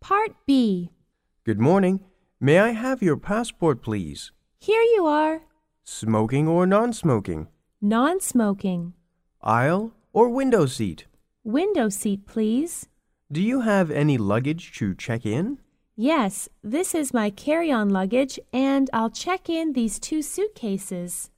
Part B. Good morning. May I have your passport, please? Here you are. Smoking or non smoking? Non smoking. Aisle or window seat? Window seat, please. Do you have any luggage to check in? Yes, this is my carry on luggage, and I'll check in these two suitcases.